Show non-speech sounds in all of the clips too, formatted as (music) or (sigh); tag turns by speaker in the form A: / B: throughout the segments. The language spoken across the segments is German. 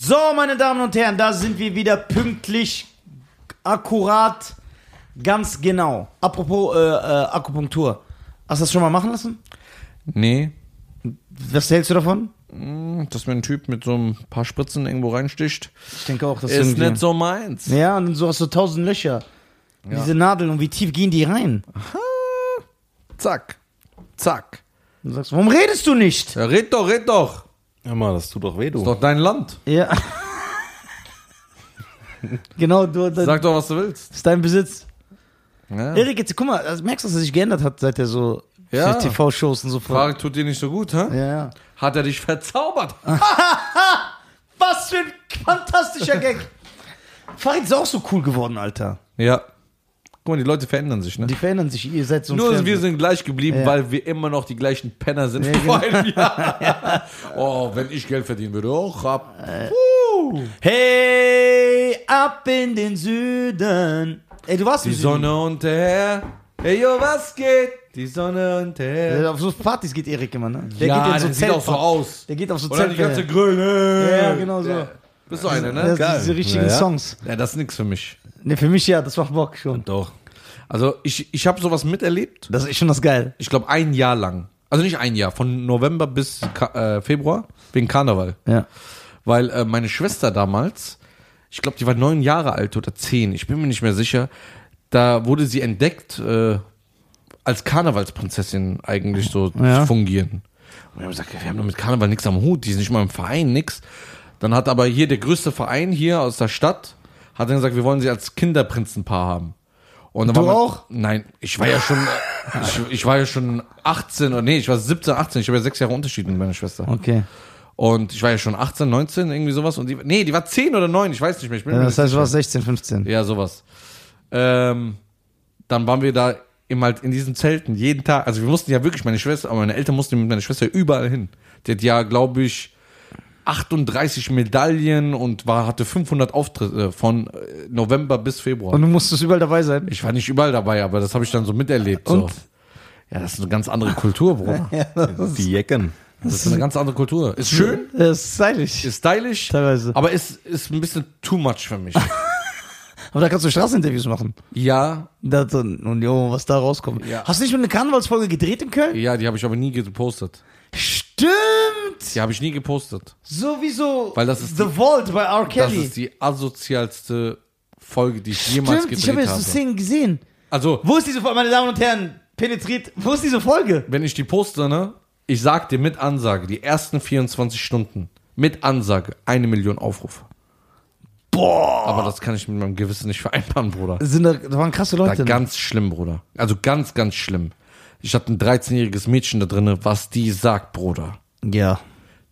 A: So, meine Damen und Herren, da sind wir wieder pünktlich, akkurat, ganz genau. Apropos äh, äh, Akupunktur. Hast du das schon mal machen lassen?
B: Nee.
A: Was hältst du davon?
B: Hm, Dass mir ein Typ mit so ein paar Spritzen irgendwo reinsticht,
A: Ich denke auch, dass
B: ist
A: irgendwie-
B: nicht so meins.
A: Ja, und dann so hast du tausend Löcher. Diese Nadeln, und wie tief gehen die rein?
B: Zack. Zack.
A: Und du sagst, warum redest du nicht?
B: Ja, red doch, red doch.
C: Hör mal, das tut doch weh, du.
B: Ist doch dein Land.
A: Ja. (laughs) genau, du, das
B: Sag doch, was du willst.
A: ist dein Besitz.
B: Ja.
A: Erik, jetzt guck mal, also merkst du, dass er sich geändert hat, seit er so
B: Ja.
A: durch TV-Shows und so vor.
B: Frage tut dir nicht so gut, hä?
A: Ja, Ah. ja.
B: Hat er dich verzaubert?
A: Was für ein (laughs) fantastischer Gag. Farid ist auch so cool geworden, Alter.
B: Ja. Guck mal, die Leute verändern sich, ne?
A: Die verändern sich, ihr seid so ein
B: Nur
A: Fernsehen.
B: wir sind gleich geblieben,
A: Ja. genau.
B: weil wir immer noch die gleichen Penner sind wie
A: (laughs)
B: vor einem Jahr. Oh, wenn ich Geld verdienen würde, auch ab.
A: Hey, ab in den Süden. Ey, du warst
B: Die
A: im Süden.
B: Sonne unterher. Hey, yo, was geht? Die Sonne unterher.
A: Ja, Auf so Partys geht Erik immer, ne? Der
B: ja,
A: geht in
B: das
A: so
B: sieht auch so
A: Zeltpartys.
B: aus.
A: Der geht auf so
B: Oder die ganze
A: Zeltfeste.
B: Grüne.
A: Ja, genau so.
B: Bist du einer, ne?
A: Das sind
B: Geil.
A: diese richtigen
C: Ja, ja.
A: Songs.
B: Ja, das ist nichts für mich.
A: Ne, für mich ja, das macht Bock schon.
B: Doch. Also, ich, ich habe sowas miterlebt.
A: Das ist schon das geil.
B: Ich glaube, ein Jahr lang. Also nicht ein Jahr, von November bis Ka äh, Februar, wegen Karneval.
A: Ja.
B: weil äh, meine Schwester damals, ich glaube, die war neun Jahre alt oder zehn, ich bin mir nicht mehr sicher, da wurde sie entdeckt, äh, als Karnevalsprinzessin eigentlich so
A: Ja.
B: zu fungieren. Und wir haben gesagt, wir haben doch mit Karneval nichts am Hut, die sind nicht mal im Verein, nix. Dann hat aber hier der größte Verein hier aus der Stadt, hat dann gesagt, wir wollen sie als Kinderprinzenpaar haben. Und dann
A: Du
B: war man-
A: auch?
B: Nein, ich war ja schon, ich, ich war ja schon 18, oder nee, ich war 17, 18, ich habe ja sechs Jahre Unterschied mit meiner Schwester.
A: Okay.
B: Und ich war ja schon 18, 19, irgendwie sowas. Und die, nee, die war 10 oder 9, ich weiß nicht mehr. Ich bin
A: Ja,
B: mir
A: das
B: nicht
A: heißt, du warst 16, 15.
B: sicher. ja, sowas. Ähm, dann waren wir da eben halt in diesen Zelten jeden Tag. Also wir mussten ja wirklich, meine Schwester, aber meine Eltern mussten mit meiner Schwester überall hin. Die hat ja, glaube ich, 38 Medaillen und war, hatte 500 Auftritte von äh, November bis Februar.
A: Und du musstest überall dabei (laughs) sein.
B: ich war nicht überall dabei, aber das habe ich dann so miterlebt. So.
A: Und?
B: Ja, das ist eine ganz andere Kultur, Bruder.
C: Die Jecken.
B: Das ist eine ganz andere Kultur. Ist schön,
A: Das ist stylisch.
B: ist stylisch,
A: Teilweise.
B: aber ist, ist ein bisschen too much für mich.
A: Aber da kannst du Straßeninterviews machen.
B: (laughs) ja,
A: Da, dann- und jo, was da rauskommt.
B: Ja.
A: Hast du nicht mal eine Karnevalsfolge gedreht in Köln?
B: ja, die habe ich aber nie gepostet.
A: Stimmt!
B: Die habe ich nie gepostet,
A: Sowieso.
B: Weil das ist
A: The
B: die-
A: Vault bei R.
B: das
A: Kelly.
B: ist die asozialste Folge, die ich jemals
A: Stimmt, ich habe
B: gedreht
A: jetzt so
B: habe.
A: Szenen gesehen.
B: Also,
A: Wo ist diese Folge, meine Damen und Herren? Penetriert. Wo ist diese Folge?
B: wenn ich die poste, ne, ich sag dir mit Ansage, die ersten 24 Stunden mit Ansage eine Million Aufrufe.
A: Boah.
B: Aber das kann ich mit meinem Gewissen nicht (laughs) vereinbaren, Bruder.
A: Sind da, da waren krasse
B: Da
A: Leute. ne?
B: ganz schlimm, Bruder. Also ganz, ganz schlimm. Ich hatte ein 13-jähriges Mädchen da drinne, was die sagt, Bruder.
A: Ja.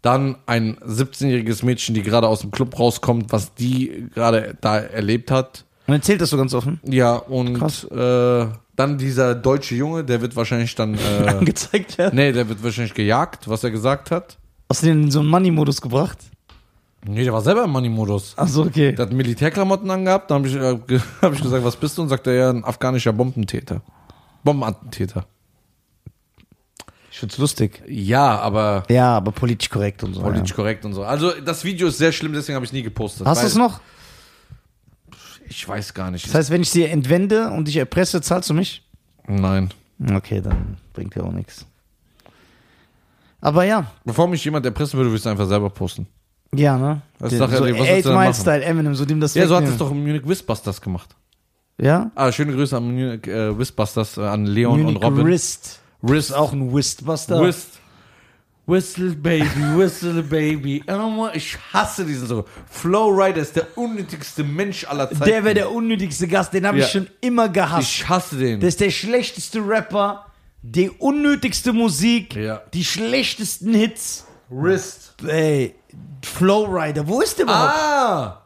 B: Dann ein 17-jähriges Mädchen, die gerade aus dem Club rauskommt, was die gerade da erlebt hat.
A: Und erzählt das so ganz offen.
B: Ja, und
A: Krass.
B: äh, dann dieser deutsche Junge, der wird wahrscheinlich dann. Äh,
A: (laughs)
B: (laughs)
A: Angezeigt werden.
B: nee, der wird wahrscheinlich gejagt, was er gesagt hat.
A: Hast du den in so einen Money-Modus gebracht?
B: Nee, der war selber im Money-Modus.
A: Achso, okay.
B: Der hat Militärklamotten angehabt, dann habe ich, äh, ge- (laughs) hab ich gesagt, was bist du? Und sagt er, ja, ein afghanischer Bombentäter. Bombenattentäter.
A: ich find's lustig.
B: Ja, aber
A: Ja, aber politisch korrekt und so.
B: politisch korrekt und so. Also, das Video ist sehr schlimm, deswegen habe ich nie gepostet.
A: ja. Hast du es
B: weil-
A: noch?
B: Ich weiß gar nicht.
A: Das heißt, wenn ich dir entwende und dich erpresse, zahlst du mich?
B: Nein.
A: Okay, dann bringt dir auch nichts. Aber ja,
B: Bevor mich jemand erpressen würde, würde ich es einfach selber posten.
A: ja, ne?
B: Was
A: Den-
B: sagt er
A: so
B: dir? Was willst du
A: Eight
B: denn
A: Mile
B: machen?
A: Style, Eminem, so dem das
B: Ja, so hat es
A: wegnehmen.
B: doch Munich Whispbusters gemacht.
A: Ja?
B: Ah, schöne Grüße an Munich äh, Whispbusters, äh, an Leon
A: Munich
B: und Robin.
A: Wrist.
B: Wrist.
A: Ist auch ein Wristbuster.
B: Whist. Whistle Baby,
A: (laughs)
B: Whistle Baby. Oh, ich hasse diesen so. Flow Rider ist der unnötigste Mensch aller Zeiten.
A: Der wäre der unnötigste Gast, den habe
B: Ja.
A: ich schon immer gehasst.
B: ich hasse den.
A: Das ist der schlechteste Rapper, die unnötigste Musik,
B: Ja.
A: die schlechtesten Hits.
B: Wrist.
A: Ey, Flowrider, wo ist der überhaupt?
B: Ah!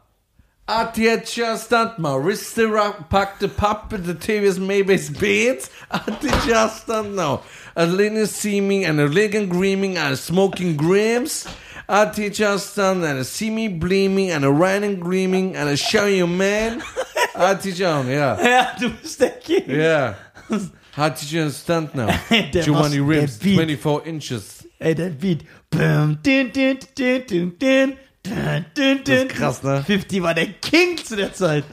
B: At yet just that my wrist around, pack the pup in the TV's maybe's beats. At it just that now. A linen seeming and a ligan gleaming and a smoking grims. At it just that and a see me bleaming and a raining gleaming and a show you man. At it just, yeah.
A: (laughs) Ja, du bist der King.
B: Yeah. At it just that now.
A: Der
B: Giovanni
A: macht- der
B: Rims,
A: Beat.
B: 24 inches.
A: Ey, der Beat. Bum, din, din, din, din, din, Dun, dun,
B: Das
A: dun.
B: ist krass, ne?
A: 50 war der King zu der Zeit.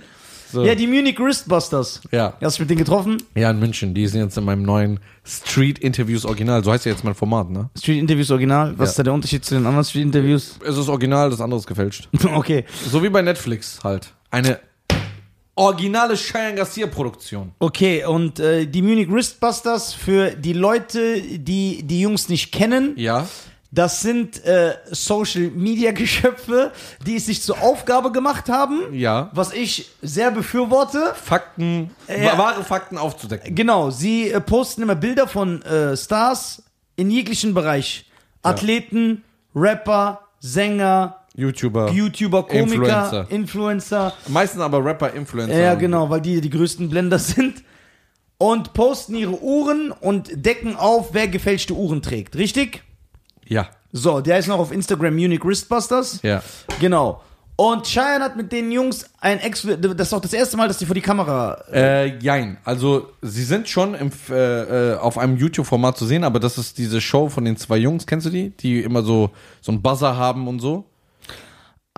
B: So.
A: Ja, die Munich Wristbusters.
B: Ja.
A: Hast du mit denen getroffen?
B: ja, in München. Die sind jetzt in meinem neuen Street Interviews Original. So heißt ja jetzt mein Format, ne?
A: Street Interviews Original. Was
B: Ja.
A: ist da der Unterschied zu den anderen Street Interviews? (laughs)
B: Es ist original, das andere ist gefälscht.
A: okay,
B: So wie bei Netflix halt. Eine originale Cheyenne Garcia Produktion.
A: okay. Und äh, die Munich Wristbusters für die Leute, die die Jungs nicht kennen.
B: Ja.
A: Das sind äh, Social Media Geschöpfe, die es sich zur Aufgabe gemacht haben.
B: Ja.
A: Was ich sehr befürworte.
B: Fakten,
A: Ja.
B: wa- wahre Fakten aufzudecken.
A: Genau, sie äh, posten immer Bilder von äh, Stars in jeglichen Bereich. Athleten, Rapper, Sänger,
B: YouTuber.
A: YouTuber, Komiker,
B: Influencer.
A: Influencer. Influencer.
B: Meistens aber Rapper, Influencer.
A: Ja, genau, weil die die größten Blender (laughs) sind. Und posten ihre Uhren und decken auf, wer gefälschte Uhren trägt. Richtig?
B: Ja.
A: So, der ist noch auf Instagram Munich Wristbusters.
B: Ja.
A: Genau. Und Cheyenne hat mit den Jungs ein Ex. Das ist auch das erste Mal, dass die vor die Kamera.
B: Äh, jein. Also, sie sind schon im, F- äh, äh, auf einem YouTube-Format zu sehen, aber das ist diese Show von den zwei Jungs, kennst du die? Die immer so, so einen Buzzer haben und so.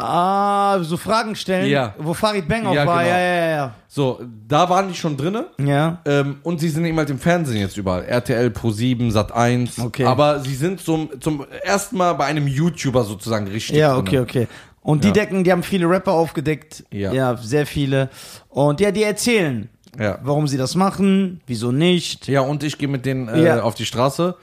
A: Ah, so Fragen stellen.
B: Ja.
A: Wo Farid Bang auch
B: Ja,
A: war.
B: genau.
A: Ja, ja, ja,
B: So, da waren die schon drinne.
A: ja. Ja.
B: Ähm, und sie sind eben halt im Fernsehen jetzt überall. RTL, Pro7, Sat1.
A: Okay.
B: Aber sie sind zum, zum ersten Mal bei einem YouTuber sozusagen richtig.
A: Ja,
B: drinne.
A: okay, okay. Und die
B: ne? Ja.
A: decken, die haben viele Rapper aufgedeckt.
B: Ja.
A: Ja, sehr viele. Und ja, die erzählen,
B: Ja.
A: warum sie das machen, wieso nicht.
B: Ja, und ich gehe mit denen äh,
A: Ja.
B: auf die Straße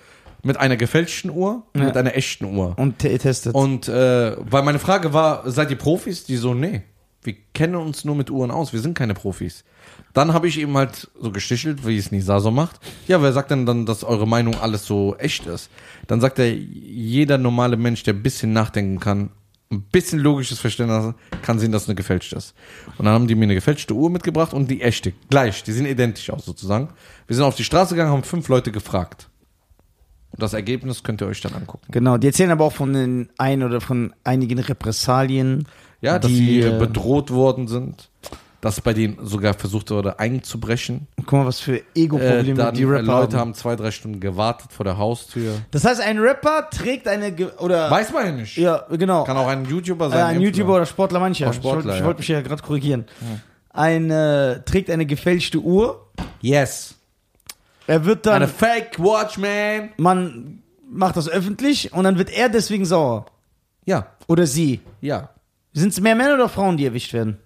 B: mit einer gefälschten Uhr, und mit einer echten Uhr.
A: Und te- testet.
B: Und äh, weil meine Frage war, seid ihr Profis? Die so, nee, wir kennen uns nur mit Uhren aus, wir sind keine Profis. Dann habe ich eben halt so gestichelt, wie es Nisa so macht. Ja, wer sagt denn dann, dass eure Meinung alles so echt ist? Dann sagt er, jeder normale Mensch, der ein bisschen nachdenken kann, ein bisschen logisches Verständnis hat, kann sehen, dass es eine gefälschte ist. Und dann haben die mir eine gefälschte Uhr mitgebracht und die echte. Gleich, die sehen identisch aus sozusagen. Wir sind auf die Straße gegangen, haben fünf Leute gefragt. Und das Ergebnis könnt ihr euch dann angucken.
A: genau, die erzählen aber auch von den ein oder von einigen Repressalien.
B: Ja, dass sie
A: äh,
B: bedroht worden sind, dass bei denen sogar versucht wurde einzubrechen.
A: guck mal, was für
B: Äh,
A: Ego-Probleme
B: dann
A: die
B: die
A: Rapper
B: Leute
A: haben.
B: haben zwei, drei Stunden gewartet vor der Haustür.
A: Das heißt, ein Rapper trägt eine ge- oder
B: Weiß man ja nicht.
A: Äh, ja genau
B: Kann auch ein YouTuber
A: äh,
B: sein.
A: ein YouTuber
B: Influencer.
A: oder Sportler mancher.
B: Auch Sportler,
A: ich wollte
B: ja.
A: wollt mich ja gerade korrigieren. Ein äh, trägt eine gefälschte Uhr.
B: Yes.
A: Er wird
B: Eine
A: dann
B: Fake Watch, man.
A: man macht das öffentlich und dann wird er deswegen sauer
B: Ja,
A: oder sie.
B: ja.
A: Sind es mehr Männer oder Frauen, die erwischt werden?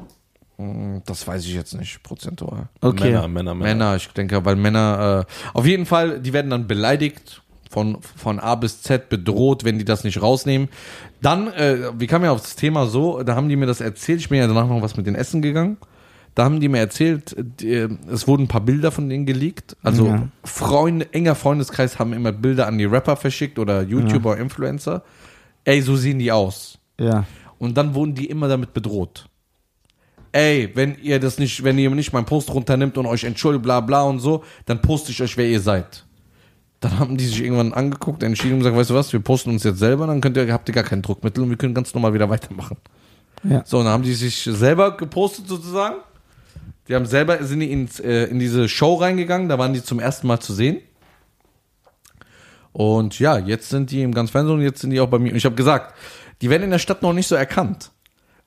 B: Hm, Das weiß ich jetzt nicht prozentual.
A: Okay.
C: Männer, Männer, Männer.
B: Männer, ich denke, weil Männer, äh, auf jeden Fall, die werden dann beleidigt, von, von A bis Z bedroht, wenn die das nicht rausnehmen. Dann, äh, wie kam ja auf das Thema so, da haben die mir das erzählt, ich bin ja danach noch was mit den Essen gegangen. Da haben die mir erzählt, die, äh, es wurden ein paar Bilder von denen geleakt. Also
A: Ja.
B: Freunde, enger Freundeskreis haben immer Bilder an die Rapper verschickt oder YouTuber, Influencer. Ey, so sehen die aus.
A: Ja.
B: Und dann wurden die immer damit bedroht. Ey, wenn ihr das nicht, wenn ihr nicht meinen Post runternimmt und euch entschuldigt, bla bla und so, dann poste ich euch, wer ihr seid. Dann haben die sich irgendwann angeguckt, entschieden und gesagt, weißt du was, wir posten uns jetzt selber, dann könnt ihr, habt ihr gar kein Druckmittel und wir können ganz normal wieder weitermachen.
A: Ja.
B: So, und dann haben die sich selber gepostet sozusagen. Die haben selber, sind die ins, äh, in diese Show reingegangen, da waren die zum ersten Mal zu sehen. Und ja, jetzt sind die im ganz Fernsehen und jetzt sind die auch bei mir. Und ich habe gesagt, die werden in der Stadt noch nicht so erkannt.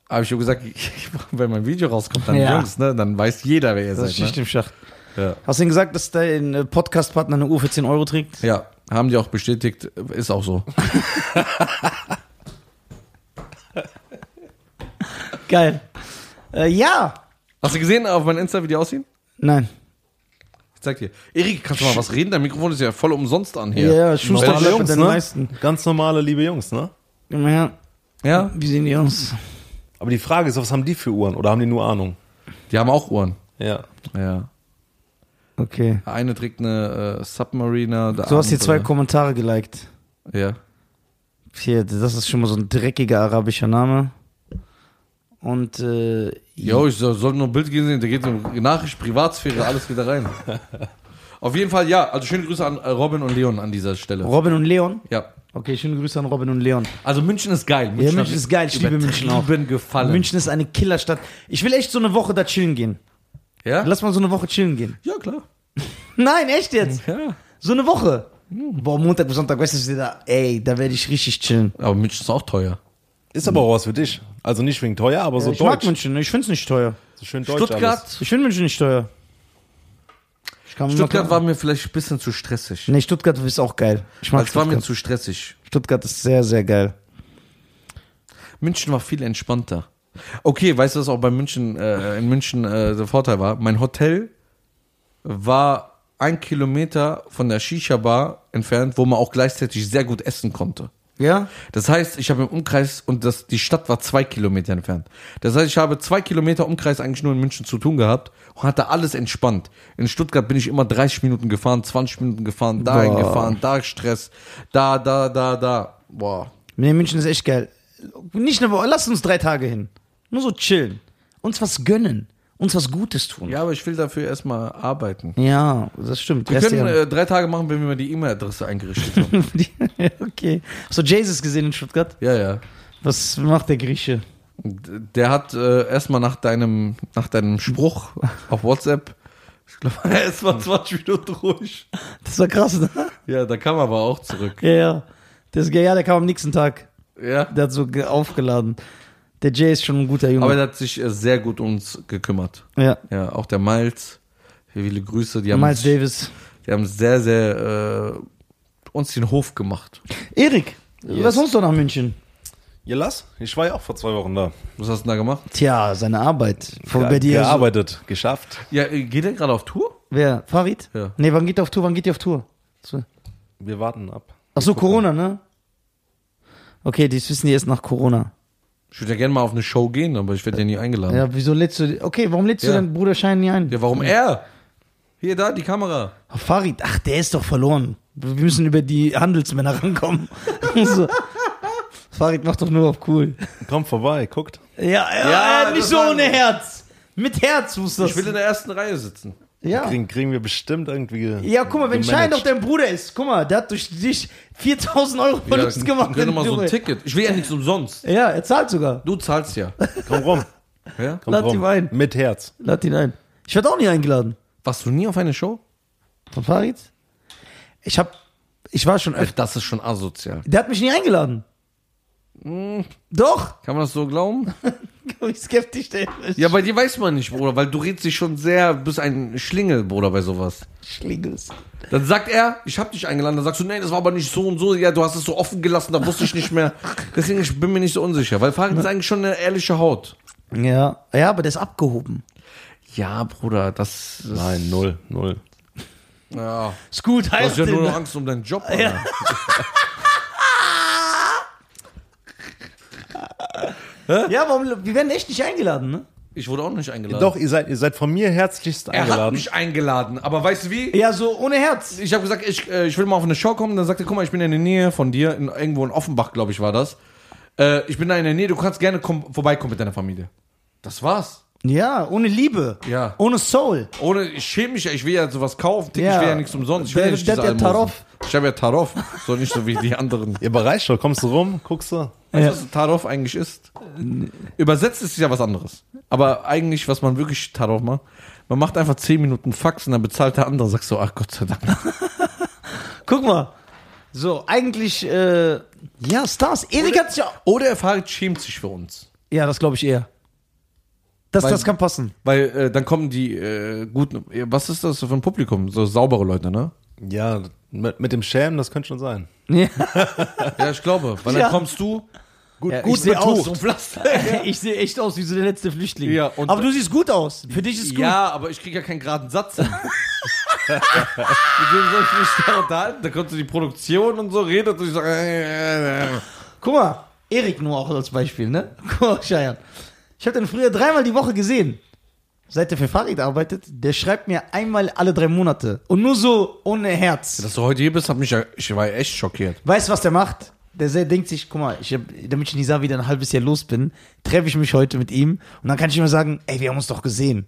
B: Aber ich habe gesagt, (laughs) wenn mein Video rauskommt, dann
A: Ja.
B: Jungs, ne, dann weiß jeder, wer ihr
A: Das ist
B: seid.
A: Schicht
B: Ne?
A: im Schacht.
B: Ja.
A: Hast du denn gesagt, dass dein äh, Podcast-Partner eine Uhr für 10 Euro trägt?
B: ja, haben die auch bestätigt, ist auch so.
A: Geil. Äh, ja.
B: Hast du gesehen auf meinem Insta, wie die aussehen?
A: Nein.
B: Ich zeig dir. Erik, kannst du mal was reden? Dein Mikrofon ist ja voll umsonst an hier.
A: Ja, ja, Schuster
C: Normale
A: Jungs,
C: Jungs,
A: deine
C: ne?
A: meisten.
C: Ganz normale, liebe Jungs, ne?
A: Ja.
B: ja,
A: Wie sehen die aus?
C: Aber die Frage ist, was haben die für Uhren? Oder haben die nur Ahnung?
B: die haben auch Uhren.
C: Ja.
B: Ja.
A: Okay.
B: Der eine trägt eine äh, Submariner. der
A: Du hast hier zwei
B: andere-
A: Kommentare geliked.
B: Ja.
A: Hier, das ist schon mal so ein dreckiger arabischer Name. Und äh,
B: Jo, ich soll, soll nur ein Bild gesehen, da geht um Nachricht, Privatsphäre, alles
A: (laughs)
B: wieder rein. Auf jeden Fall, ja. Also schöne Grüße an äh, Robin und Leon an dieser Stelle.
A: Robin und Leon.
B: Ja.
A: Okay, schöne Grüße an Robin und Leon.
B: Also München ist geil.
A: Ja,
B: hat
A: München ist geil, ich liebe München auch.
B: übertrieben gefallen.
A: München ist eine Killerstadt. Ich will echt so eine Woche da chillen gehen.
B: Ja?
A: Lass mal so eine Woche chillen gehen.
B: ja, klar.
A: Nein, echt jetzt?
B: Ja.
A: So eine Woche. Boah, Montag bis Sonntag, weißt du, was ihr da. Ey, da werde ich richtig chillen.
B: Aber München ist auch teuer.
C: Ist aber auch was für dich. Also nicht wegen teuer, aber so
A: ich mag
C: deutsch.
A: München, ne? ich find's nicht teuer.
C: So schön deutsch
B: Stuttgart,
C: alles.
A: Ich find München nicht teuer. Ich kann
B: Stuttgart
A: noch-
B: war mir vielleicht ein bisschen zu stressig.
A: Nee, Stuttgart ist auch geil. Ich mag
B: Es war mir
A: Stuttgart.
B: zu stressig.
A: Stuttgart ist sehr, sehr geil.
B: München war viel entspannter. Okay, weißt du, was auch bei München, äh, in München äh, der Vorteil war? Mein Hotel war ein Kilometer von der Shisha-Bar entfernt, wo man auch gleichzeitig sehr gut essen konnte.
A: Ja?
B: Das heißt, ich habe im Umkreis und das, die Stadt war zwei Kilometer entfernt. Das heißt, ich habe zwei Kilometer Umkreis eigentlich nur in München zu tun gehabt und hatte alles entspannt. In Stuttgart bin ich immer 30 Minuten gefahren, 20 Minuten gefahren, dahin
A: Boah.
B: gefahren, da Stress, da, da, da, da. Boah.
A: Nee, München ist echt geil. Nicht eine Woche, lass uns drei Tage hin. Nur so chillen. Uns was gönnen. Uns was Gutes tun.
B: Ja, aber ich will dafür erstmal arbeiten.
A: Ja, das stimmt.
B: Wir
A: Erst
B: können
A: die-
B: äh, drei Tage machen, wenn wir mal die E-Mail-Adresse eingerichtet (laughs) haben.
A: (laughs) okay. Hast du Jesus gesehen in Stuttgart?
B: ja, ja.
A: Was macht der Grieche?
B: Und Der hat äh, erstmal nach deinem, nach deinem Spruch auf WhatsApp, ich glaube, (laughs) erstmal 20 Minuten ruhig.
A: Das war krass, ne?
B: Ja, da kam er aber auch zurück.
A: Ja, ja. Das, ja, der kam am nächsten Tag.
B: Ja.
A: Der hat so ge- aufgeladen. Der Jay ist schon ein guter Junge.
B: Aber er hat sich äh, sehr gut um uns gekümmert.
A: ja.
B: Ja, auch der Miles. Viele Grüße. Die haben,
A: Miles
B: uns,
A: Davis.
B: die haben sehr, sehr äh, uns den Hof gemacht.
A: Erik, was holst du nach München?
C: Ja, lass. Ich war ja auch vor zwei Wochen da.
B: Was hast du denn da gemacht?
A: Tja, seine Arbeit. Vor,
C: Ge-
A: bei dir. so-
C: gearbeitet, geschafft.
B: Ja, äh, geht er gerade auf Tour?
A: Wer? Farid?
B: Ja.
A: Nee, wann geht ihr auf Tour? Wann geht ihr auf Tour? So.
C: Wir warten ab.
A: Ach so, Corona, ne? Okay, das wissen die erst nach Corona.
B: Ich würde ja gerne mal auf eine Show gehen, aber ich werde ja nie eingeladen. Ja.
A: Ja, wieso lädst du. Okay, warum lädst du
B: Ja.
A: deinen Bruder Schein nie ein?
B: warum er? Hier, da, die Kamera.
A: Ach, Farid, ach, der ist doch verloren. Wir müssen über die Handelsmänner rankommen. (laughs) so. Farid macht doch nur auf cool.
C: Kommt vorbei, guckt.
A: Ja,
B: Ja,
A: ja, nicht
B: das
A: so
B: war-
A: ohne Herz. Mit Herz muss das.
B: Ich will in der ersten Reihe sitzen.
A: ja.
C: Kriegen, kriegen wir bestimmt irgendwie. ge-
A: ja, guck mal, wenn Schein
C: gemanagt.
A: doch dein Bruder ist, guck mal, der hat durch dich 4000 Euro Verlust gemacht.
B: gönn doch mal
A: in
B: so ein
A: Dubai.
B: Ticket. Ich will ja nichts umsonst.
A: Ja, er zahlt sogar.
B: Du zahlst (laughs) ja.
C: Komm rum.
B: ja?
C: Komm
A: Lad
C: rum.
A: ihn ein.
C: Mit Herz.
A: Lad ihn ein. Ich werde auch nie eingeladen.
B: Warst du nie auf eine Show?
A: Von Farid? Ich hab, ich war schon
B: Ey,
A: öfter.
B: Das ist schon asozial.
A: Der hat mich nie eingeladen.
B: Hm.
A: Doch. (laughs)
B: Kann man das so glauben?
A: Wie skeptisch der ist.
B: Ja, bei dir weiß man nicht, Bruder, weil du redest dich schon sehr, bist ein Schlingel, Bruder, bei sowas.
A: Schlingels.
B: Dann sagt er, ich hab dich eingeladen, dann sagst du, nee, das war aber nicht so und so, ja, du hast es so offen gelassen, da wusste ich nicht mehr. Deswegen, ich bin mir nicht so unsicher, weil Farid ist eigentlich schon eine ehrliche Haut.
A: Ja, ja, aber der ist abgehoben.
B: Ja, Bruder, das, das
C: Nein, null, null.
B: Ja.
A: Ist gut,
B: Du hast
A: heißt
B: ja nur noch
A: ja
B: Angst um deinen Job, Alter.
A: Ja. ja, warum, wir werden echt nicht eingeladen, ne?
B: Ich wurde auch nicht eingeladen.
C: Doch, ihr seid, ihr seid von mir herzlichst
B: er hat
C: eingeladen.
B: mich eingeladen, aber weißt du wie?
A: Ja, so ohne Herz.
B: ich habe gesagt, ich, äh, ich will mal auf eine Show kommen. Dann sagt er, guck mal, ich bin in der Nähe von dir, in, irgendwo in Offenbach, glaube ich, war das. Äh, ich bin da in der Nähe, du kannst gerne komm, vorbeikommen mit deiner Familie. Das war's.
A: Ja, ohne Liebe.
B: Ja.
A: Ohne Soul.
B: Ohne, ich schäme mich ja, ich will ja sowas kaufen, Dick,
A: Ja.
B: ich will ja nichts umsonst. Ich will
A: Der-
B: ja nicht
A: der
B: diese
A: hat ja
B: Almosen.
A: Taroff.
B: Ich habe ja Taroff, so nicht so wie die anderen.
C: Ihr bereicht schon, kommst du rum, guckst du.
A: (laughs)
B: Weißt
A: Ja.
B: du, was Taroff eigentlich ist? Übersetzt ist es ja was anderes. Aber eigentlich, was man wirklich Taroff macht, man macht einfach 10 Minuten Fax und dann bezahlt der andere. Sagst du, ach Gott sei Dank.
A: (laughs) Guck mal. So, eigentlich, äh, ja, Stars. Erik hat sich ja.
B: Oder er Fahrrad schämt sich für uns.
A: Ja, das glaube ich eher. Das,
B: Weil-
A: das kann passen.
B: (laughs) Weil äh, dann kommen die äh, guten. äh, Was ist das für ein Publikum? So saubere Leute, ne?
C: Ja, mit, mit dem Schämen, das könnte schon sein.
A: Ja.
B: Ja, ich glaube. Weil
A: Ja.
B: dann kommst du gut,
A: Ja, ich
B: gut
A: seh aus.
B: betucht. und um (laughs) Pflaster.
A: Ich sehe echt aus wie so der letzte Flüchtling.
B: Ja, und-
A: aber du siehst gut aus. Für dich ist gut.
B: Ja, aber ich krieg ja keinen geraden Satz. hin. (laughs) Mit wem soll ich mich da unterhalten? Da kommt so die Produktion und so, redet und ich sage. Äh, äh, äh.
A: Guck mal, Erik nur auch als Beispiel, ne? (laughs) Guck mal, Scheiern. Ich habe den früher dreimal die Woche gesehen. Seit der für Farid arbeitet, der schreibt mir einmal alle drei Monate. Und nur so ohne Herz.
B: Dass du heute hier bist, hat mich ja. Ich war echt schockiert.
A: Weißt du, was der macht? Der se- denkt sich, guck mal, ich hab, damit ich in Nisa wieder ein halbes Jahr los bin, treffe ich mich heute mit ihm und dann kann ich immer sagen, ey, wir haben uns doch gesehen.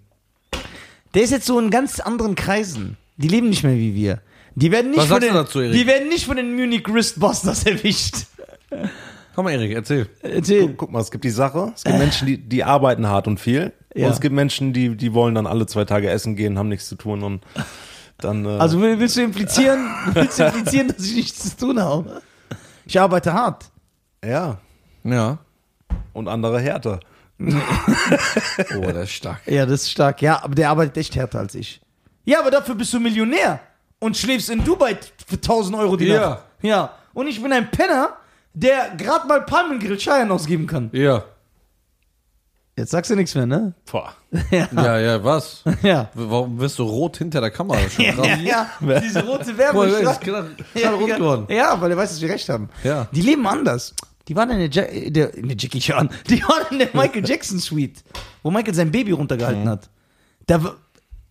A: Der ist jetzt so in ganz anderen Kreisen. Die leben nicht mehr wie wir. Die werden nicht,
B: Was
A: von
B: sagst
A: den,
B: du dazu, Erik?
A: die werden nicht von den Munich Wristbusters (laughs) erwischt.
B: Komm mal, Erik, erzähl.
A: Erzähl.
C: Guck mal, es gibt die Sache, es gibt Menschen, die, die arbeiten hart und viel.
A: Ja.
C: Und es gibt Menschen, die, die wollen dann alle zwei Tage essen gehen, haben nichts zu tun und dann. Äh,
A: Also will- willst du implizieren, (laughs) willst du implizieren, dass ich nichts zu tun habe? Ich arbeite hart.
C: ja.
B: Ja.
C: und andere härter.
B: Oh, das ist stark.
A: Ja, das ist stark. Ja, aber der arbeitet echt härter als ich. Ja, aber dafür bist du Millionär und schläfst in Dubai für 1000 Euro die
B: Ja.
A: Nacht. Ja. Und ich bin ein Penner, der gerade mal Palmengrill Schein ausgeben kann.
B: Ja.
A: Jetzt sagst du nichts mehr, ne?
C: Boah.
A: (laughs) Ja.
B: Ja, ja, was? W-
A: Ja.
B: Warum wirst du rot hinter der Kamera? Das ist (laughs) schon krass.
A: Ja, (laughs) ja. diese rote
B: Guck
A: Werbung.
B: mal, das
A: Ja,
B: ist gerade
A: (laughs) ja,
B: gerade rot geworden.
A: ja, weil er weiß, dass wir recht haben.
B: Ja.
A: Die leben anders. Die waren in der, ja äh, der, in der Jackie Chan. (laughs) Die waren in der Michael Jackson Suite, wo Michael sein Baby runtergehalten
B: Mhm.
A: hat. Da w-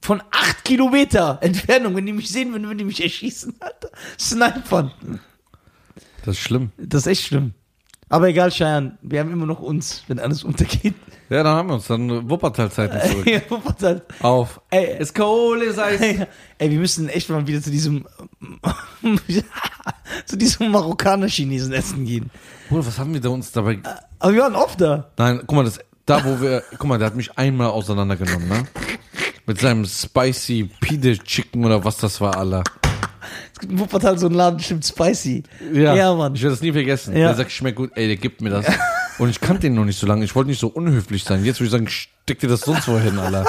A: von acht Kilometer Entfernung, wenn die mich sehen würden, würden die mich erschießen, Alter. Snipern.
B: Das ist schlimm.
A: Das ist echt schlimm. Aber egal, Cheyenne, wir haben immer noch uns, wenn alles untergeht.
B: Ja, dann haben wir uns. Dann Wuppertal-Zeiten zurück.
A: Ja, (laughs) wo war's halt?
B: Auf.
A: Ey,
B: Es Kohl ist Eis.
A: Ey, ey, wir müssen echt mal wieder zu diesem (laughs) zu diesem Marokkaner-Chinesen essen gehen.
B: Bruder, was haben wir da uns dabei?
A: Aber wir waren oft da.
B: Nein, guck mal, das, da wo wir, guck mal, der hat mich einmal auseinandergenommen, ne? Mit seinem spicy Pide Chicken oder was das war, Alter.
A: Es gibt in Wuppertal so einen Laden, stimmt spicy. ja Mann.
B: Ich werde das nie vergessen.
A: Ja.
B: Der sagt, schmeckt gut, ey, der gibt mir das. Und ich kannte ihn noch nicht so lange. Ich wollte nicht so unhöflich sein. Jetzt würde ich sagen, steck dir das sonst wo hin, Alter.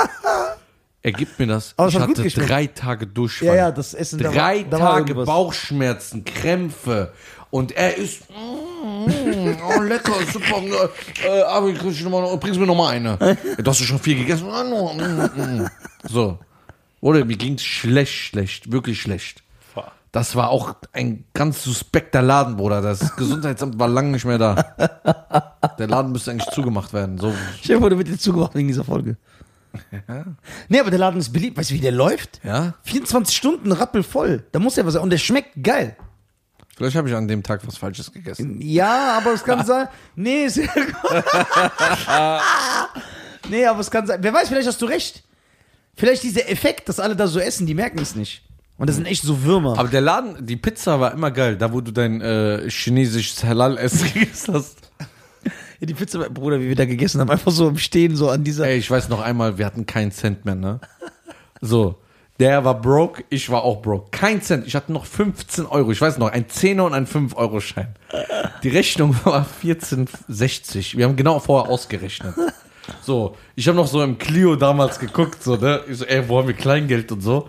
B: Er gibt mir das.
A: Aber es
B: ich
A: hat gut
B: hatte
A: geschmeckt.
B: drei Tage Durchfall.
A: Ja, ja, das Essen da war-
B: Drei
A: da war
B: Tage
A: irgendwas.
B: Bauchschmerzen, Krämpfe. Und er ist. Mm, oh, lecker, super. Äh, aber ich krieg's noch mal, bringst mir nochmal eine. Du hast ja schon viel gegessen. Ah, no, mm, mm. So. Oder mir ging's schlecht, schlecht. Wirklich schlecht.
C: Boah.
B: Das war auch ein ganz suspekter Laden, Bruder. Das Gesundheitsamt war lange nicht mehr da. Der Laden müsste eigentlich zugemacht werden. So,
A: Ich wurde mit dir zugebracht in dieser Folge. Nee, aber der Laden ist beliebt. Weißt du, wie der läuft?
B: ja?
A: 24 Stunden rappelvoll. Da muss ja was sein. Und der schmeckt geil.
B: Vielleicht habe ich an dem Tag was Falsches gegessen.
A: Ja, aber es
B: (laughs)
A: kann sein. Nee, ist ja gut. (laughs) nee, aber es kann sein. Wer weiß, vielleicht hast du recht. Vielleicht dieser Effekt, dass alle da so essen, die merken es nicht. Und das sind echt so Würmer.
B: Aber der Laden, die Pizza war immer geil. Da, wo du dein äh, chinesisches Halal-Essen (laughs) gegessen hast.
A: Ja, die Pizza, Bruder, wie wir da gegessen haben, einfach so im Stehen, so an dieser.
B: Ey, ich weiß noch einmal, wir hatten keinen Cent mehr, ne? So. Der war broke, ich war auch broke. Kein Cent. Ich hatte noch 15 Euro. Ich weiß noch, ein 10er und ein 5-Euro-Schein. Die Rechnung (laughs) war 14,60. Wir haben genau vorher ausgerechnet. So, ich habe noch so im Clio damals geguckt, so, ne? Ich so, ey, wo haben wir Kleingeld und so?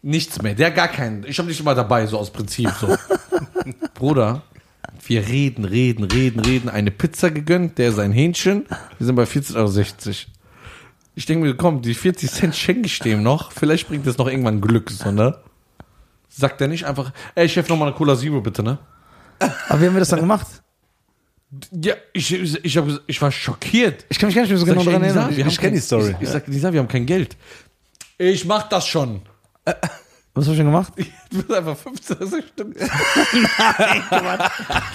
B: Nichts mehr. Der hat gar keinen. Ich habe nicht immer dabei, so aus Prinzip, so. (laughs) Bruder, wir reden, reden, reden, reden. Eine Pizza gegönnt, der ist ein Hähnchen. Wir sind bei 14,60 Euro. Ich denke mir, komm, die 40 Cent schenke ich dem noch. Vielleicht bringt das noch irgendwann Glück, so, ne? Sagt er nicht einfach, ey, Chef, nochmal eine Cola Zero, bitte, ne?
A: Aber wie haben wir das dann gemacht?
B: Ja, ich, ich, ich, hab, ges- ich war schockiert.
A: Ich kann mich gar nicht mehr so
B: Sag
A: genau
B: ich,
A: dran
B: ey, Nisa,
A: erinnern.
B: wir haben
C: kenn
B: kein-
C: die Story.
B: Ich, ich sag, Nisa, wir haben kein Geld. Ich mach das schon. (laughs)
A: Was hast du denn gemacht?
B: Du bist einfach 15, das stimmt.
A: (laughs)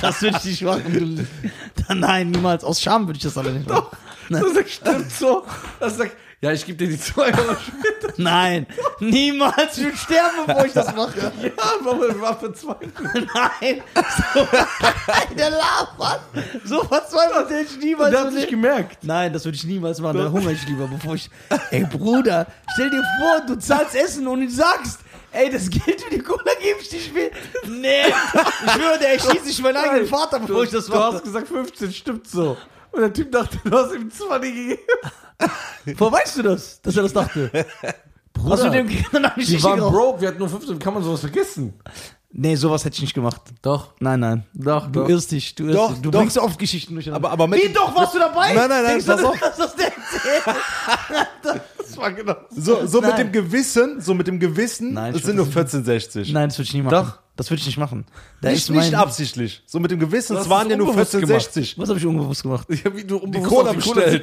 A: Das würde ich nicht machen. (laughs) Nein, niemals. Aus Scham würde ich das aber nicht machen.
B: Das stimmt so. Das sagt, ja, ich gebe dir die 2 Euro.
A: Nein, niemals. Ich würde sterben, bevor (laughs) ich das mache.
B: Ja, aber war für zwei.
A: (laughs) Nein. So, (laughs) der labert. So verzweifelt hätte ich niemals.
B: Der hat nicht gemerkt.
A: Nein, das würde ich niemals machen. Da hungere ich lieber, bevor ich. Ey, Bruder, stell dir vor, du zahlst Essen und du sagst, ey, das Geld für die Cola gebe ich dir später. Nee, ich würde, erschieße ich meinen eigenen Vater, bevor ich das
B: Du hast
A: mache.
B: gesagt 15, stimmt so. Und der Typ dachte, du hast ihm 20 gegeben.
A: Woher weißt du das, dass er das dachte? Bruder, hast du dem Kindern noch nicht
B: Die waren
A: gekauft?
B: broke, wir hatten nur 15, kann man sowas vergessen?
A: Nee, sowas hätte ich nicht gemacht.
B: Doch.
A: Nein, nein.
B: Doch,
A: Du
B: doch.
A: irrst dich, du irrst
C: Doch,
A: dich. Du
C: doch.
A: bringst oft Geschichten durcheinander.
C: Aber- aber mit-
A: Wie doch, warst du dabei?
C: Nein, nein, nein,
A: Denkst du,
C: pass
A: du
C: auf.
A: kannst das denn erzählen?
B: Das war genau.
C: So, so
A: Nein.
C: mit dem Gewissen, so mit dem Gewissen,
A: Nein,
C: es
A: ich
C: sind nur
A: würd
C: 1460.
A: Nein, das würde ich nie machen.
C: Doch.
A: Das würde ich nicht machen. Da
C: Nicht,
A: ist mein,
C: nicht absichtlich. So mit dem Gewissen,
B: Du hast
C: es waren
B: es
C: ja nur
B: unbewusst gemacht.
C: 1460.
A: Was habe ich unbewusst gemacht?
B: Ich hab wie du
C: Die
B: unbewusst
C: Cola
B: auf die
C: bestellt.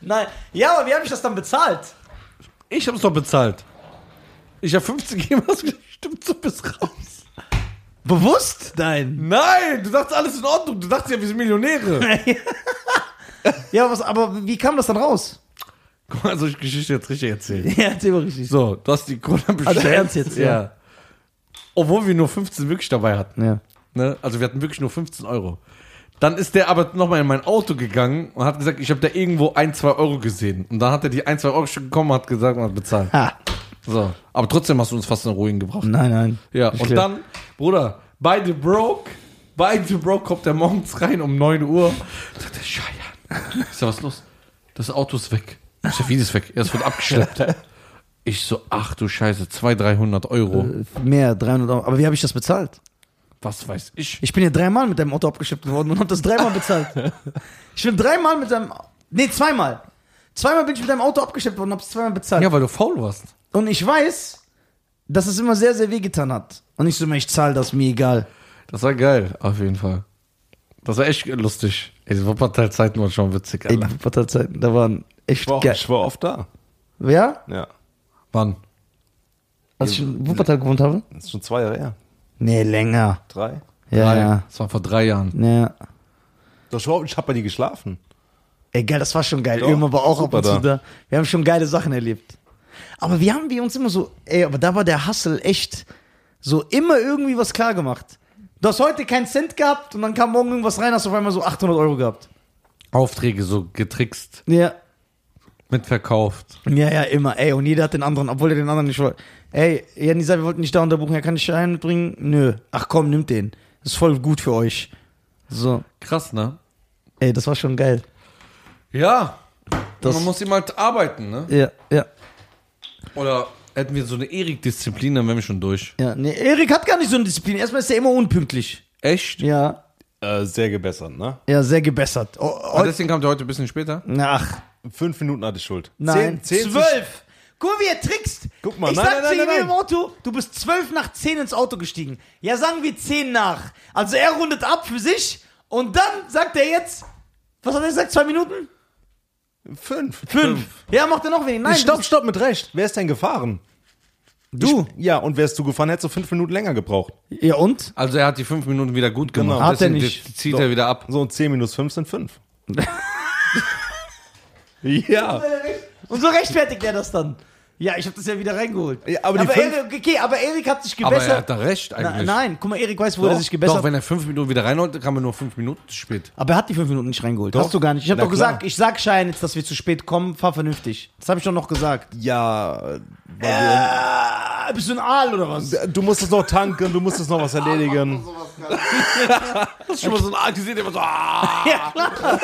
A: Nein. Ja, aber wie habe ich das dann bezahlt?
B: Ich hab's doch bezahlt. Ich hab 15 gegeben, hast gesagt, stimmt so bis raus.
A: Bewusst? Nein.
B: Nein, du dachtest alles in Ordnung. Du dachtest ja, wir sind Millionäre.
A: (laughs) Ja, was, aber wie kam das dann raus?
B: Guck mal, soll ich die Geschichte jetzt richtig erzählen?
A: (laughs) Ja, erzähl mal richtig.
B: So, du hast die Cola bestellt.
A: Also ernst jetzt, ja.
B: Obwohl wir nur 15 wirklich dabei hatten.
A: Ja.
B: Ne? Also wir hatten wirklich nur 15 Euro. Dann ist der aber nochmal in mein Auto gegangen und hat gesagt, ich habe da irgendwo ein, zwei Euro gesehen. Und dann hat er die ein, zwei Euro schon gekommen und hat gesagt und
A: (laughs)
B: hat bezahlt.
A: Ha.
B: So. Aber trotzdem hast du uns fast in Ruin gebracht.
A: Nein, nein.
B: Ja,
A: Ist
B: und
A: klar.
B: dann, Bruder, beide broke. Bei The Bro kommt er morgens rein um 9 Uhr. Sagt er, Scheiße. Ich sag, was ist los? Das Auto ist weg. Ich sag, wie das ist weg? Ja, Es wird abgeschleppt. Ich so, ach du Scheiße, 200, 300 Euro.
A: Mehr, 300 Euro. Aber wie habe ich das bezahlt?
B: Was weiß ich?
A: Ich bin ja dreimal mit deinem Auto abgeschleppt worden und habe das dreimal (laughs) bezahlt. ich bin dreimal mit deinem. Nee, zweimal. Zweimal bin ich mit deinem Auto abgeschleppt worden und habe es zweimal bezahlt.
B: Ja, weil du faul warst.
A: Und ich weiß, dass es immer sehr, sehr wehgetan hat. Und ich so, ich zahle das, mir egal.
B: Das war geil, auf jeden Fall. Das war echt lustig. Ey, die Wuppertal-Zeiten waren schon witzig,
A: Ey, die
B: Alter.
A: Wuppertal-Zeiten, da waren echt
C: Ich war, auch,
A: geil.
C: ich war oft da.
A: Wer?
C: Ja.
B: Wann?
A: Als ich in Wuppertal gewohnt habe?
C: Das ist schon zwei Jahre her.
A: Nee, länger.
C: Drei.
A: Ja,
B: Drei.
A: ja.
B: Das war vor drei Jahren.
A: ja.
C: Das war, ich habe bei dir geschlafen.
A: Ey, geil, das war schon geil.
C: Doch,
A: Irma war auch ab
C: super
A: und zu
C: da.
A: da. Wir haben schon geile Sachen erlebt. Aber wie haben wir uns immer so, ey, aber da war der Hassel echt so immer irgendwie was klar gemacht. Du hast heute keinen Cent gehabt und dann kam morgen irgendwas rein, hast auf einmal so 800 Euro gehabt.
B: Aufträge so getrickst,
A: Ja.
B: mitverkauft.
A: Ja, ja, immer, ey, und jeder hat den anderen, obwohl er den anderen nicht wollte. Ey, Janisa, wir wollten dich da unterbuchen, ja, kann ich einen mitbringen? Nö. Ach komm, nimmt den. Ist voll gut für euch. So.
B: Krass, ne?
A: Ey, das war schon geil.
B: Ja.
A: Das-
B: man muss ihm halt arbeiten, ne?
A: Ja, ja,
B: Oder hätten wir so eine Erik-Disziplin, dann wären wir schon durch.
A: ja. Nee, Erik hat gar nicht so eine Disziplin. Erstmal ist er immer unpünktlich.
B: Echt?
A: Ja.
C: Äh, sehr gebessert, ne?
A: Ja, sehr gebessert. Oh, oh,
B: Ah, deswegen kam der heute ein bisschen später.
A: Ach,
C: Fünf Minuten hatte ich Schuld.
A: nein.
C: Zehn, zehn
A: zwölf! Guck mal, wie er trickst!
C: Guck mal,
A: ich
C: nein,
A: sagte
C: nein,
A: dir
C: nein,
A: im
C: nein.
A: Auto, du bist zwölf nach zehn ins Auto gestiegen. Ja, sagen wir zehn nach. Also er rundet ab für sich und dann sagt er jetzt. Was hat er gesagt? Zwei Minuten?
C: Fünf.
A: Fünf. Ja, macht er noch wenig. Nein,
C: stopp, stopp, mit Recht. Wer ist denn gefahren?
A: du.
C: Ich, ja, und wärst du gefahren, hättest du fünf Minuten länger gebraucht.
A: Ja, und?
B: Also er hat die fünf Minuten wieder gut gemacht.
C: Genau.
A: Hat er
B: Deswegen
A: nicht.
B: Zieht er wieder ab.
C: So, und zehn minus fünf
A: (laughs)
C: sind fünf. ja.
A: Und so rechtfertigt er das dann. Ja, ich habe das ja wieder reingeholt.
C: Ja, aber die fünf-
A: Erik, okay, aber Erik hat sich
B: Aber er
A: gebessert.
B: hat da recht
A: Na,
B: eigentlich.
A: nein, guck mal, Erik weiß, wo er
C: Doch,
A: sich gebessert
B: Doch, wenn er fünf Minuten wieder reinholt, kam er nur fünf Minuten zu spät.
A: Aber er hat die fünf Minuten nicht reingeholt. Hast du gar nicht. Ich habe
C: Na
A: doch
C: klar.
A: gesagt, ich sag Schein jetzt, dass wir zu spät kommen, fahr vernünftig. Das habe ich doch noch gesagt.
C: Ja. Weil
A: Äh, bist du ein Aal oder was?
C: wir, du musstest noch tanken, du musstest noch was erledigen.
B: Hast du schon mal so einen Arg gesehen, der immer so.
A: (laughs)
B: ah.
A: (laughs) Ja, klar.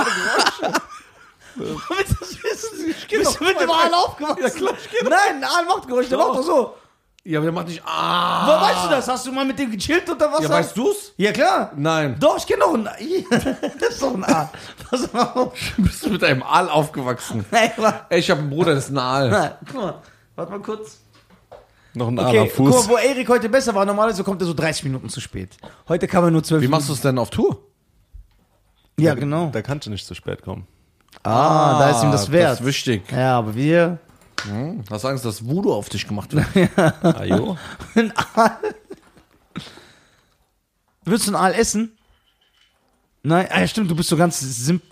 A: (laughs) Willst du das wissen? Bist du mit dem Aal aufgewachsen? Nein, ein Aal macht Geräusche, der macht doch so.
B: Ja, aber der macht nicht. Ah.
A: Woher weißt du das? Hast du mal mit dem gechillt unter Wasser?
B: Ja, weißt du's?
A: Ja, klar.
B: Nein.
A: Doch, ich kenne doch einen Aal. (laughs) Das ist doch ein (laughs) Aal. Pass mal auf.
B: Bist du mit einem Aal aufgewachsen?
A: Nein, warte.
B: Ey, ich habe einen Bruder, das ist ein Aal.
A: Nein, Guck mal. Warte mal kurz.
C: Noch ein
A: Okay,
C: okay,
A: guck mal,
C: Fuß.
A: wo Erik heute besser war. Normalerweise kommt er so 30 Minuten zu spät. Heute kam er nur 12
B: Wie machst du es denn auf Tour?
A: Minuten. Ja, genau.
C: Da kannst du nicht zu spät kommen.
A: Ah, da ist ihm das wert.
B: Das ist wichtig.
A: ja, aber wir.
B: Hast du Angst, dass Voodoo auf dich gemacht wird?
C: Ajo.
A: Ein Aal. Würdest du ein Aal essen? Nein, ah, ja, stimmt, du bist so ganz simp.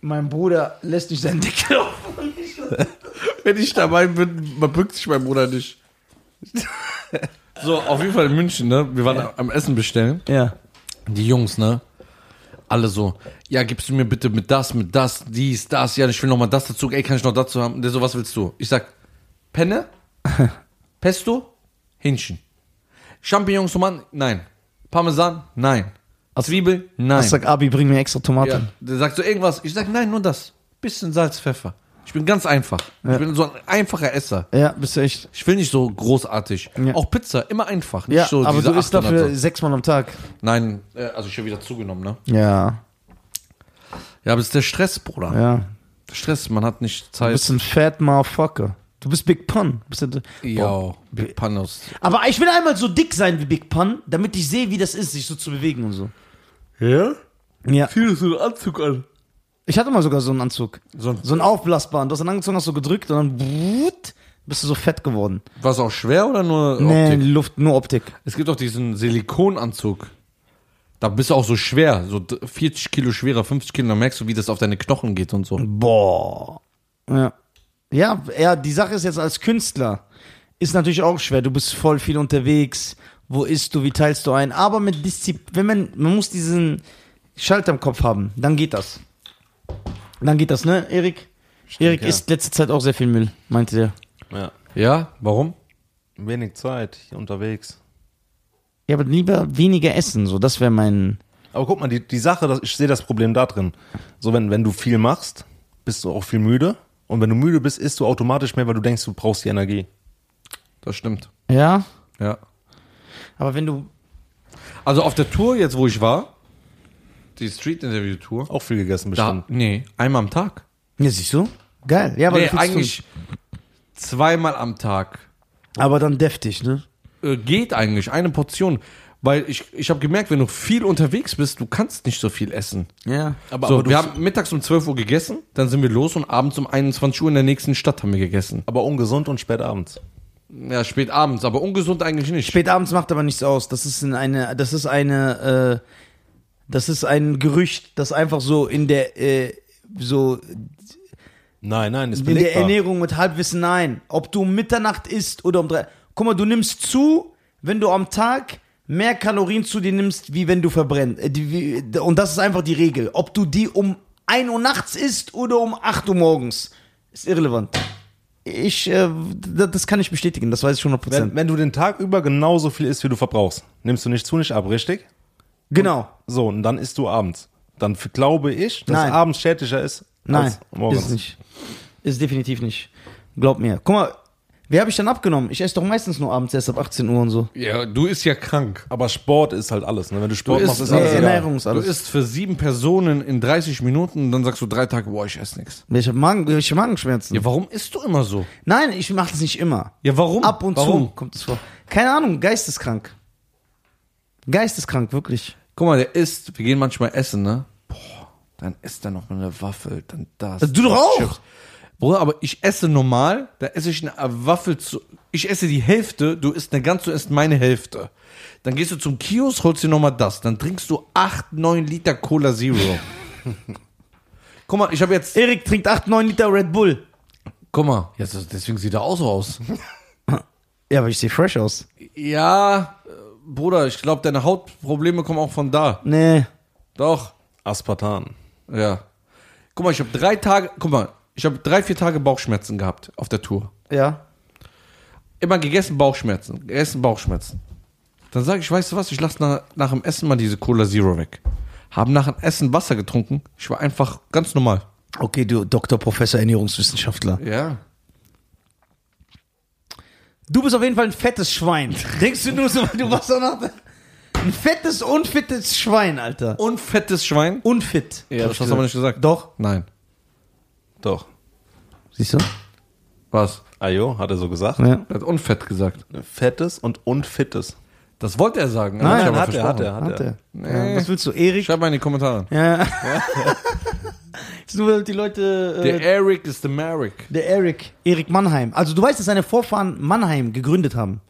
A: Mein Bruder lässt nicht seinen Deckel auf.
B: Wenn ich dabei bin, man bückt sich mein Bruder nicht. So, auf jeden Fall in München, ne? Wir waren am Essen bestellen.
A: Ja.
B: Die Jungs, ne? Alle so, ja, gibst du mir bitte mit das, mit das, dies, das, ja, ich will nochmal das dazu, ey, kann ich noch dazu haben? Der so, was willst du? Ich sag, (laughs) Penne, Pesto, Hähnchen. Champignons, Tomaten, nein. Parmesan, nein. Zwiebel, nein.
A: Ich sag, Abi, bring mir extra
B: Ja,
A: Tomaten.
B: der sagt so irgendwas. Ich sag nein, nur das. Bisschen Salz, Pfeffer. Ich bin ganz einfach. Ich bin so ein einfacher Esser.
A: Ja, bist du echt.
B: Ich will nicht so großartig.
A: Ja.
B: Auch Pizza, immer einfach. Nicht
A: Ja,
B: so
A: aber
B: diese
A: du isst
B: 800
A: dafür
B: Sachen.
A: sechsmal am Tag.
B: Nein, äh, also ich habe wieder zugenommen, ne?
A: Ja,
B: Ja, aber es ist der Stress, Bruder.
A: ja.
B: Der Stress, man hat nicht
A: Du
B: Zeit.
A: bist ein fat Motherfucker. Du bist Big Pun. Du Bist ja,
B: Ja, Big Panos.
A: Aber ich will einmal so dick sein wie Big Pun, damit ich sehe, wie das ist, sich so zu bewegen und so.
B: Ja?
A: Ja.
B: Zieh dir so einen Anzug an.
A: Ich hatte mal sogar so einen Anzug.
B: So ein-
A: so einen aufblasbaren. Du hast dann angezogen, hast so gedrückt und dann brut, bist du so fett geworden.
B: War es auch schwer oder nur
A: Nee,
B: Optik?
A: Luft, nur Optik.
B: Es gibt auch diesen Silikonanzug. Da bist du auch so schwer, so d- 40 Kilo schwerer, 50 Kilo, dann merkst du, wie das auf deine Knochen geht und so.
A: Boah. Ja. Ja, ja, die Sache ist jetzt als Künstler, ist natürlich auch schwer. Du bist voll viel unterwegs. Wo isst du, wie teilst du ein? Aber mit Disziplin, wenn man, man muss diesen Schalter im Kopf haben, dann geht das. Dann geht das, ne, Erik? Erik
C: ja.
A: isst letzte Zeit auch sehr viel Müll, meinte der.
C: Ja.
B: Ja, warum?
C: Wenig Zeit hier unterwegs.
A: Ja, aber lieber weniger essen, so, das wäre mein.
C: Aber guck mal, die, die Sache, das, ich sehe das Problem da drin. So, wenn, wenn du viel machst, bist du auch viel müde. Und wenn du müde bist, isst du automatisch mehr, weil du denkst, du brauchst die Energie.
B: Das stimmt.
A: Ja?
B: Ja.
A: Aber wenn du.
B: Also auf der Tour jetzt, wo ich war, die Street-Interview-Tour,
C: Auch viel gegessen
B: da,
C: bestimmt.
B: nee, einmal am Tag.
A: Ja, siehst du? Geil. Ja, aber,
B: nee,
A: du fühlst
B: eigentlich zweimal am Tag.
A: du- aber dann deftig, ne?
B: Äh, geht eigentlich, eine Portion. Weil ich, ich habe gemerkt, wenn du viel unterwegs bist, du kannst nicht so viel essen.
A: Ja.
C: Aber,
B: so,
C: aber, du,
B: wir haben mittags um 12 Uhr gegessen, dann sind wir los und abends um 21 Uhr in der nächsten Stadt haben wir gegessen.
C: aber ungesund und spät abends.
B: Ja, spät abends, aber ungesund eigentlich nicht.
A: Spät abends macht aber nichts aus. Das ist in eine, das ist eine, äh, das ist ein Gerücht, das einfach so in der, äh, so
C: Nein, nein, ist
A: in der
C: belegbar.
A: Ernährung mit Halbwissen, nein. Ob du um Mitternacht isst oder um drei. Guck mal, du nimmst zu, wenn du am Tag mehr Kalorien zu dir nimmst, wie wenn du verbrennst. Äh, die- wie- Und das ist einfach die Regel. Ob du die um 1 Uhr nachts isst oder um 8 Uhr morgens, ist irrelevant. Ich, äh, d- das kann ich bestätigen, das weiß ich 100%.
C: Wenn, wenn du den Tag über genauso viel isst, wie du verbrauchst, nimmst du nicht zu, nicht ab, richtig?
A: genau.
C: So, und dann isst du abends. Dann f- glaube ich, dass
A: Nein.
C: abends schädlicher ist
A: Nein,
C: als morgens.
A: ist nicht. Ist definitiv nicht. Glaub mir. Guck mal, wie habe ich dann abgenommen? Ich esse doch meistens nur abends erst ab 18 Uhr und so.
B: Ja, du isst ja krank.
C: Aber Sport ist halt alles. Ne? Wenn du Sport
B: isst-
C: machst, ist
B: du
C: alles
B: isst-
C: egal.
A: Ernährung ist
B: Du
A: alles.
B: isst für sieben Personen in 30 Minuten und dann sagst du drei Tage, boah, ich esse nichts.
A: Ich habe Magen, ich hab Magenschmerzen.
B: Ja, warum isst du immer so?
A: Nein, ich mache das nicht immer.
B: Ja, warum?
A: Ab und
B: warum?
A: zu kommt es vor. Keine Ahnung, geisteskrank. Geisteskrank, wirklich.
B: Guck mal, der isst, wir gehen manchmal essen, ne? Boah, dann isst er noch mal eine Waffel, dann das.
A: Also du doch auch.
B: Chips. Bruder, aber ich esse normal, da esse ich eine Waffel zu. Ich esse die Hälfte, du isst eine ganze, du isst meine Hälfte. Dann gehst du zum Kiosk, holst dir nochmal das. Dann trinkst du 8, 9 Liter Cola Zero. (laughs) Guck mal, ich habe jetzt.
A: Erik trinkt 8, 9 Liter Red Bull.
B: Guck mal, jetzt, deswegen sieht er auch so aus.
A: Ja, aber ich sehe fresh aus.
B: Ja, äh, Bruder, ich glaube, deine Hautprobleme kommen auch von da.
A: Nee.
B: Doch.
C: Aspartan.
B: Ja. Guck mal, ich habe drei Tage, guck mal, ich habe drei, vier Tage Bauchschmerzen gehabt auf der Tour.
A: Ja.
B: Immer gegessen Bauchschmerzen, gegessen Bauchschmerzen. Dann sage ich, weißt du was, ich lasse nach, nach dem Essen mal diese Cola Zero weg. Haben nach dem Essen Wasser getrunken. Ich war einfach ganz normal.
A: Okay, du Doktor, Professor, Ernährungswissenschaftler.
B: Ja.
A: Du bist auf jeden Fall ein fettes Schwein. Denkst du nur so, weil du warst auch noch Ein fettes, unfittes Schwein, Alter.
B: Und fettes Schwein.
A: Unfit.
B: Ja, das hast du aber nicht gesagt.
A: Doch.
B: Nein.
C: Doch.
A: Siehst du?
B: Was?
C: Ajo, hat er so gesagt.
A: Ja.
B: Er hat unfett gesagt.
C: Fettes und unfittes.
B: Das wollte er sagen. aber
A: Nein,
B: ich habe
C: hat er, hat
B: versprochen.
C: er, hat
A: Hat
C: er.
A: er. Ja, was willst du, Erik?
B: Schreib mal in die Kommentare.
A: Ja. (laughs) Ist nur, damit die Leute. Äh,
B: Der Eric ist der Merrick.
A: Der Erik. Erik Mannheim. Also du weißt, dass seine Vorfahren Mannheim gegründet haben.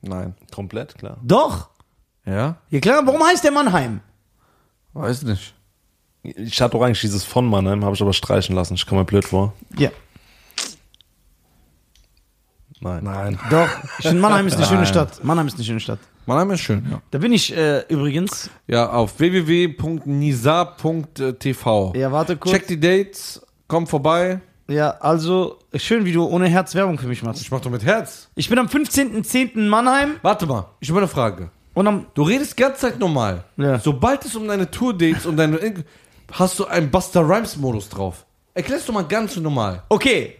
B: Nein.
C: Komplett, klar.
A: Doch.
B: Ja?
A: Ja klar, warum heißt der Mannheim?
B: Weiß nicht.
C: Ich hatte doch eigentlich dieses von Mannheim, habe ich aber streichen lassen. Ich kam mir blöd vor.
A: Ja.
C: Nein.
B: Nein.
A: Doch. Ich finde, Mannheim ist eine schöne Stadt. Mannheim ist eine schöne Stadt.
B: Mannheim ist schön, ja.
A: Da bin ich äh, übrigens.
B: Ja, auf www.nisa.tv.
A: Ja, warte kurz.
B: Check die Dates, komm vorbei.
A: Ja, also schön, wie du ohne Herz Werbung für mich machst.
B: Ich mach doch mit Herz.
A: Ich bin am 15.10. in Mannheim
B: Warte mal, ich habe eine Frage.
A: und am.
B: Du redest die ganze Zeit normal.
A: Ja.
B: Sobald es um deine Tour-Dates und deine. In hast du einen Buster Rhymes-Modus drauf. Erklärst du mal ganz normal.
A: Okay.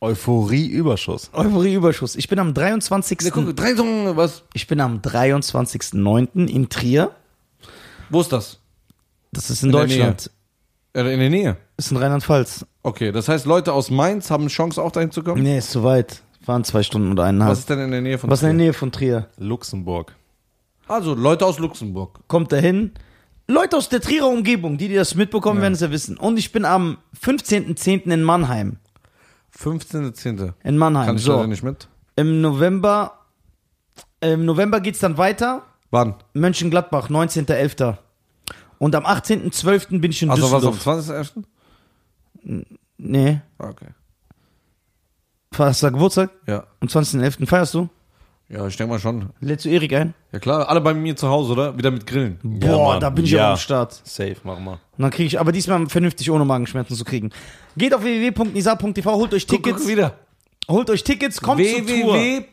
C: Euphorie-Überschuss.
A: Euphorie-Überschuss. Ich bin am 23.
B: Ja, guck, drei Songs, was?
A: Ich bin am 23.09. in Trier.
B: Wo ist das?
A: Das ist in,
B: In der
A: Deutschland.
B: Äh, In der Nähe.
A: Ist in Rheinland-Pfalz.
B: Okay, das heißt, Leute aus Mainz haben eine Chance, auch dahin zu kommen?
A: Nee, ist zu weit. Waren zwei Stunden oder eineinhalb.
B: Was ist denn in der Nähe von
A: Was in der
B: Trier?
A: Nähe von Trier.
C: Luxemburg.
B: Also, Leute aus Luxemburg.
A: Kommt dahin. Leute aus der Trierer Umgebung, die, die das mitbekommen, werden es ja wissen. Und ich bin am 15.10. in Mannheim.
B: 15.10.
A: In Mannheim.
B: Kann ich
A: so.
B: leider nicht mit.
A: Im November, im November geht's dann weiter.
B: Wann?
A: Mönchengladbach, 19.11. Und am 18.12. bin ich in
B: Also was
A: Düsseldorf.
B: am 20.11.?
A: nee.
B: Okay.
A: Hast du Geburtstag?
B: Ja.
A: Am 20.11. feierst du?
B: Ja, ich denke mal schon.
A: Lädst du Erik ein?
B: Ja klar, alle bei mir zu Hause, oder? Wieder mit Grillen.
C: Ja,
A: Boah,
C: Mann.
A: da bin ich
C: Ja.
A: aber am Start.
C: Safe, mach mal.
A: Und dann kriege ich, aber diesmal vernünftig, ohne Magenschmerzen zu kriegen. Geht auf www.nisa.tv, holt euch Tickets,
B: wieder.
A: holt euch Tickets, kommt zur Tour.
B: www.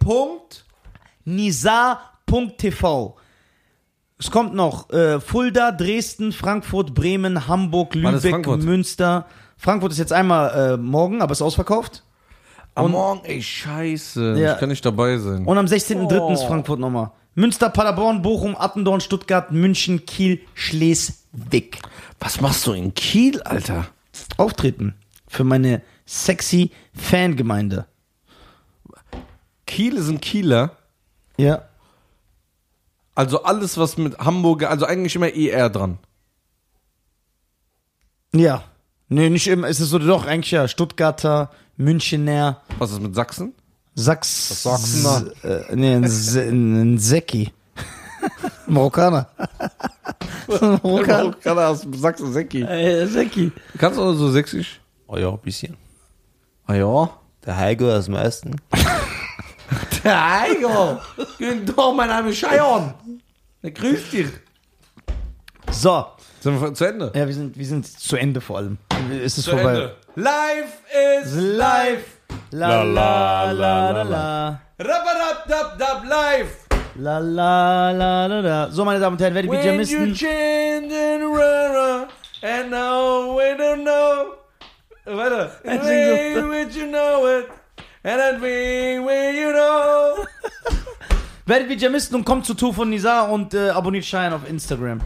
A: Nisa. Punkt.tv. Es kommt noch äh, Fulda, Dresden, Frankfurt, Bremen, Hamburg,
B: Wann ist
A: Lübeck,
B: Frankfurt?
A: Münster. Frankfurt ist jetzt einmal äh, morgen, aber ist ausverkauft.
B: Am Morgen, ey, scheiße.
A: Ja.
B: Ich kann nicht dabei sein.
A: Und am 16.03. ist
C: Oh.
A: Frankfurt nochmal. Münster, Paderborn, Bochum, Attendorn, Stuttgart, München, Kiel, Schleswig.
B: was machst du in Kiel, Alter?
A: Auftreten für meine sexy Fangemeinde.
B: Kiel ist ein Kieler.
A: Ja.
B: Also alles, was mit Hamburger, also eigentlich immer ER dran.
A: Ja. Nee, nicht immer. Es ist so, doch, eigentlich ja. Stuttgarter, Münchener,
B: Was ist mit Sachsen?
A: Sachs.
C: Sachsener.
A: Äh, nee, ein, Se- ein (laughs) Säcki. Marokkaner. Marokkaner.
B: Kann aus Sachsen Säcki.
A: Äh, Säcki.
B: Kannst du so sächsisch?
C: Oh ja, ein bisschen.
B: Ah ja.
C: Der Heiko aus dem Osten.
B: Tiger! Guten Tag, mein Name ist Scheion. Grüß dich.
A: So.
B: Sind wir zu Ende?
A: Ja, wir sind, wir sind zu Ende vor allem. Es ist vorbei.
B: Life is life.
A: La la
C: La, la,
A: la la
C: la,
A: la.
B: Rabadabdabdab life.
A: La la la la la. So, meine Damen und Herren, wer die
B: When you
A: Pyjamisten.
B: change and run, run, and now we don't know. Warte.
A: Er singt so.
B: When would you know it? And that way will you know.
A: um Werdet Pyjamisten und kommt zu Tour von Nizar und äh, abonniert Schein auf Instagram.